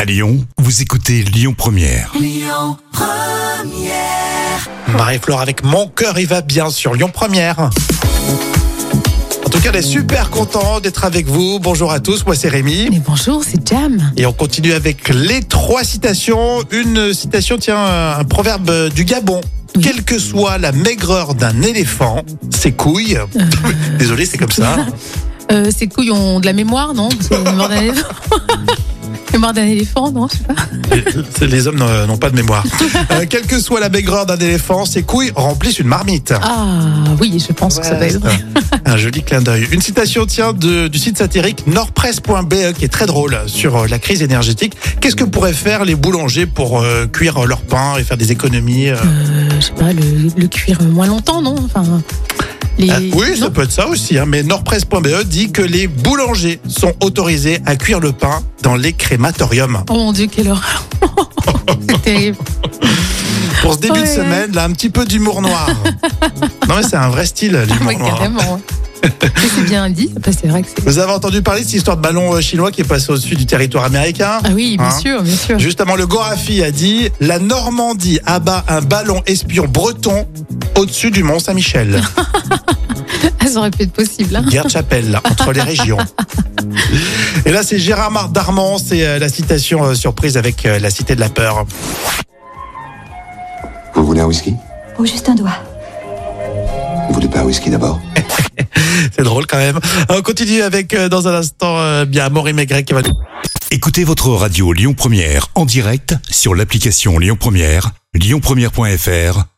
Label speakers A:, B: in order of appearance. A: À Lyon, vous écoutez Lyon Première.
B: Marie-Flore avec Mon cœur il va bien sur Lyon Première. En tout cas, on est super content d'être avec vous. Bonjour à tous, moi c'est Rémi.
C: Mais bonjour, c'est Jam.
B: Et on continue avec les trois citations. Une citation tient un proverbe du Gabon.
C: Oui.
B: Quelle que soit la maigreur d'un éléphant, ses couilles. Désolé, c'est comme ça.
C: Euh, ces couilles ont de la mémoire, non C'est une mémoire d'un éléphant. mémoire d'un éléphant, non Je sais pas.
B: Les- Les hommes n'ont n'ont pas de mémoire. Euh, quelle que soit la maigreur d'un éléphant, ses couilles remplissent une marmite.
C: Ah oui, je pense que ça doit être euh, vrai.
B: Un joli clin d'œil. Une citation tient de- du site satirique nordpresse.be E qui est très drôle sur euh, la crise énergétique. Qu'est-ce que pourraient faire les boulangers pour euh, cuire euh, leur pain et faire des économies euh
C: Euh, je sais pas, le, le cuir moins longtemps, non Enfin, les...
B: Ah, Oui, ça
C: non
B: peut être ça aussi. hein, mais nordpresse.be dit que les boulangers sont autorisés à cuire le pain dans les crématoriums.
C: Oh mon dieu, quelle horreur. c'est terrible.
B: Pour ce début de
C: Ouais.
B: semaine, là, un petit peu d'humour noir. non mais c'est un vrai style, l'humour
C: Ouais,
B: noir.
C: Ah
B: hein.
C: carrément. ouais. Mais c'est bien dit. Après, c'est vrai que c'est.
B: Vous avez entendu parler de cette histoire de ballon euh, chinois qui est passé au-dessus du territoire américain
C: Ah oui, bien
B: Hein
C: sûr, bien sûr.
B: Justement, le Gorafi a dit La Normandie abat un ballon espion breton au-dessus du Mont Saint-Michel.
C: Ah, ça aurait pu être possible. hein.
B: Guerre de chapelle entre les régions. Et là, c'est Gérard Mar- Darman, c'est euh, la citation euh, surprise avec euh, la Cité de la Peur.
D: Vous voulez un whisky
E: Oh, juste un doigt.
D: Vous voulez pas un whisky d'abord
B: C'est drôle quand même. On continue avec, euh, dans un instant, euh, bien Maurice Maigret qui va nous.
A: Écoutez votre radio Lyon Première en direct sur l'application Lyon Première, lyonpremière.fr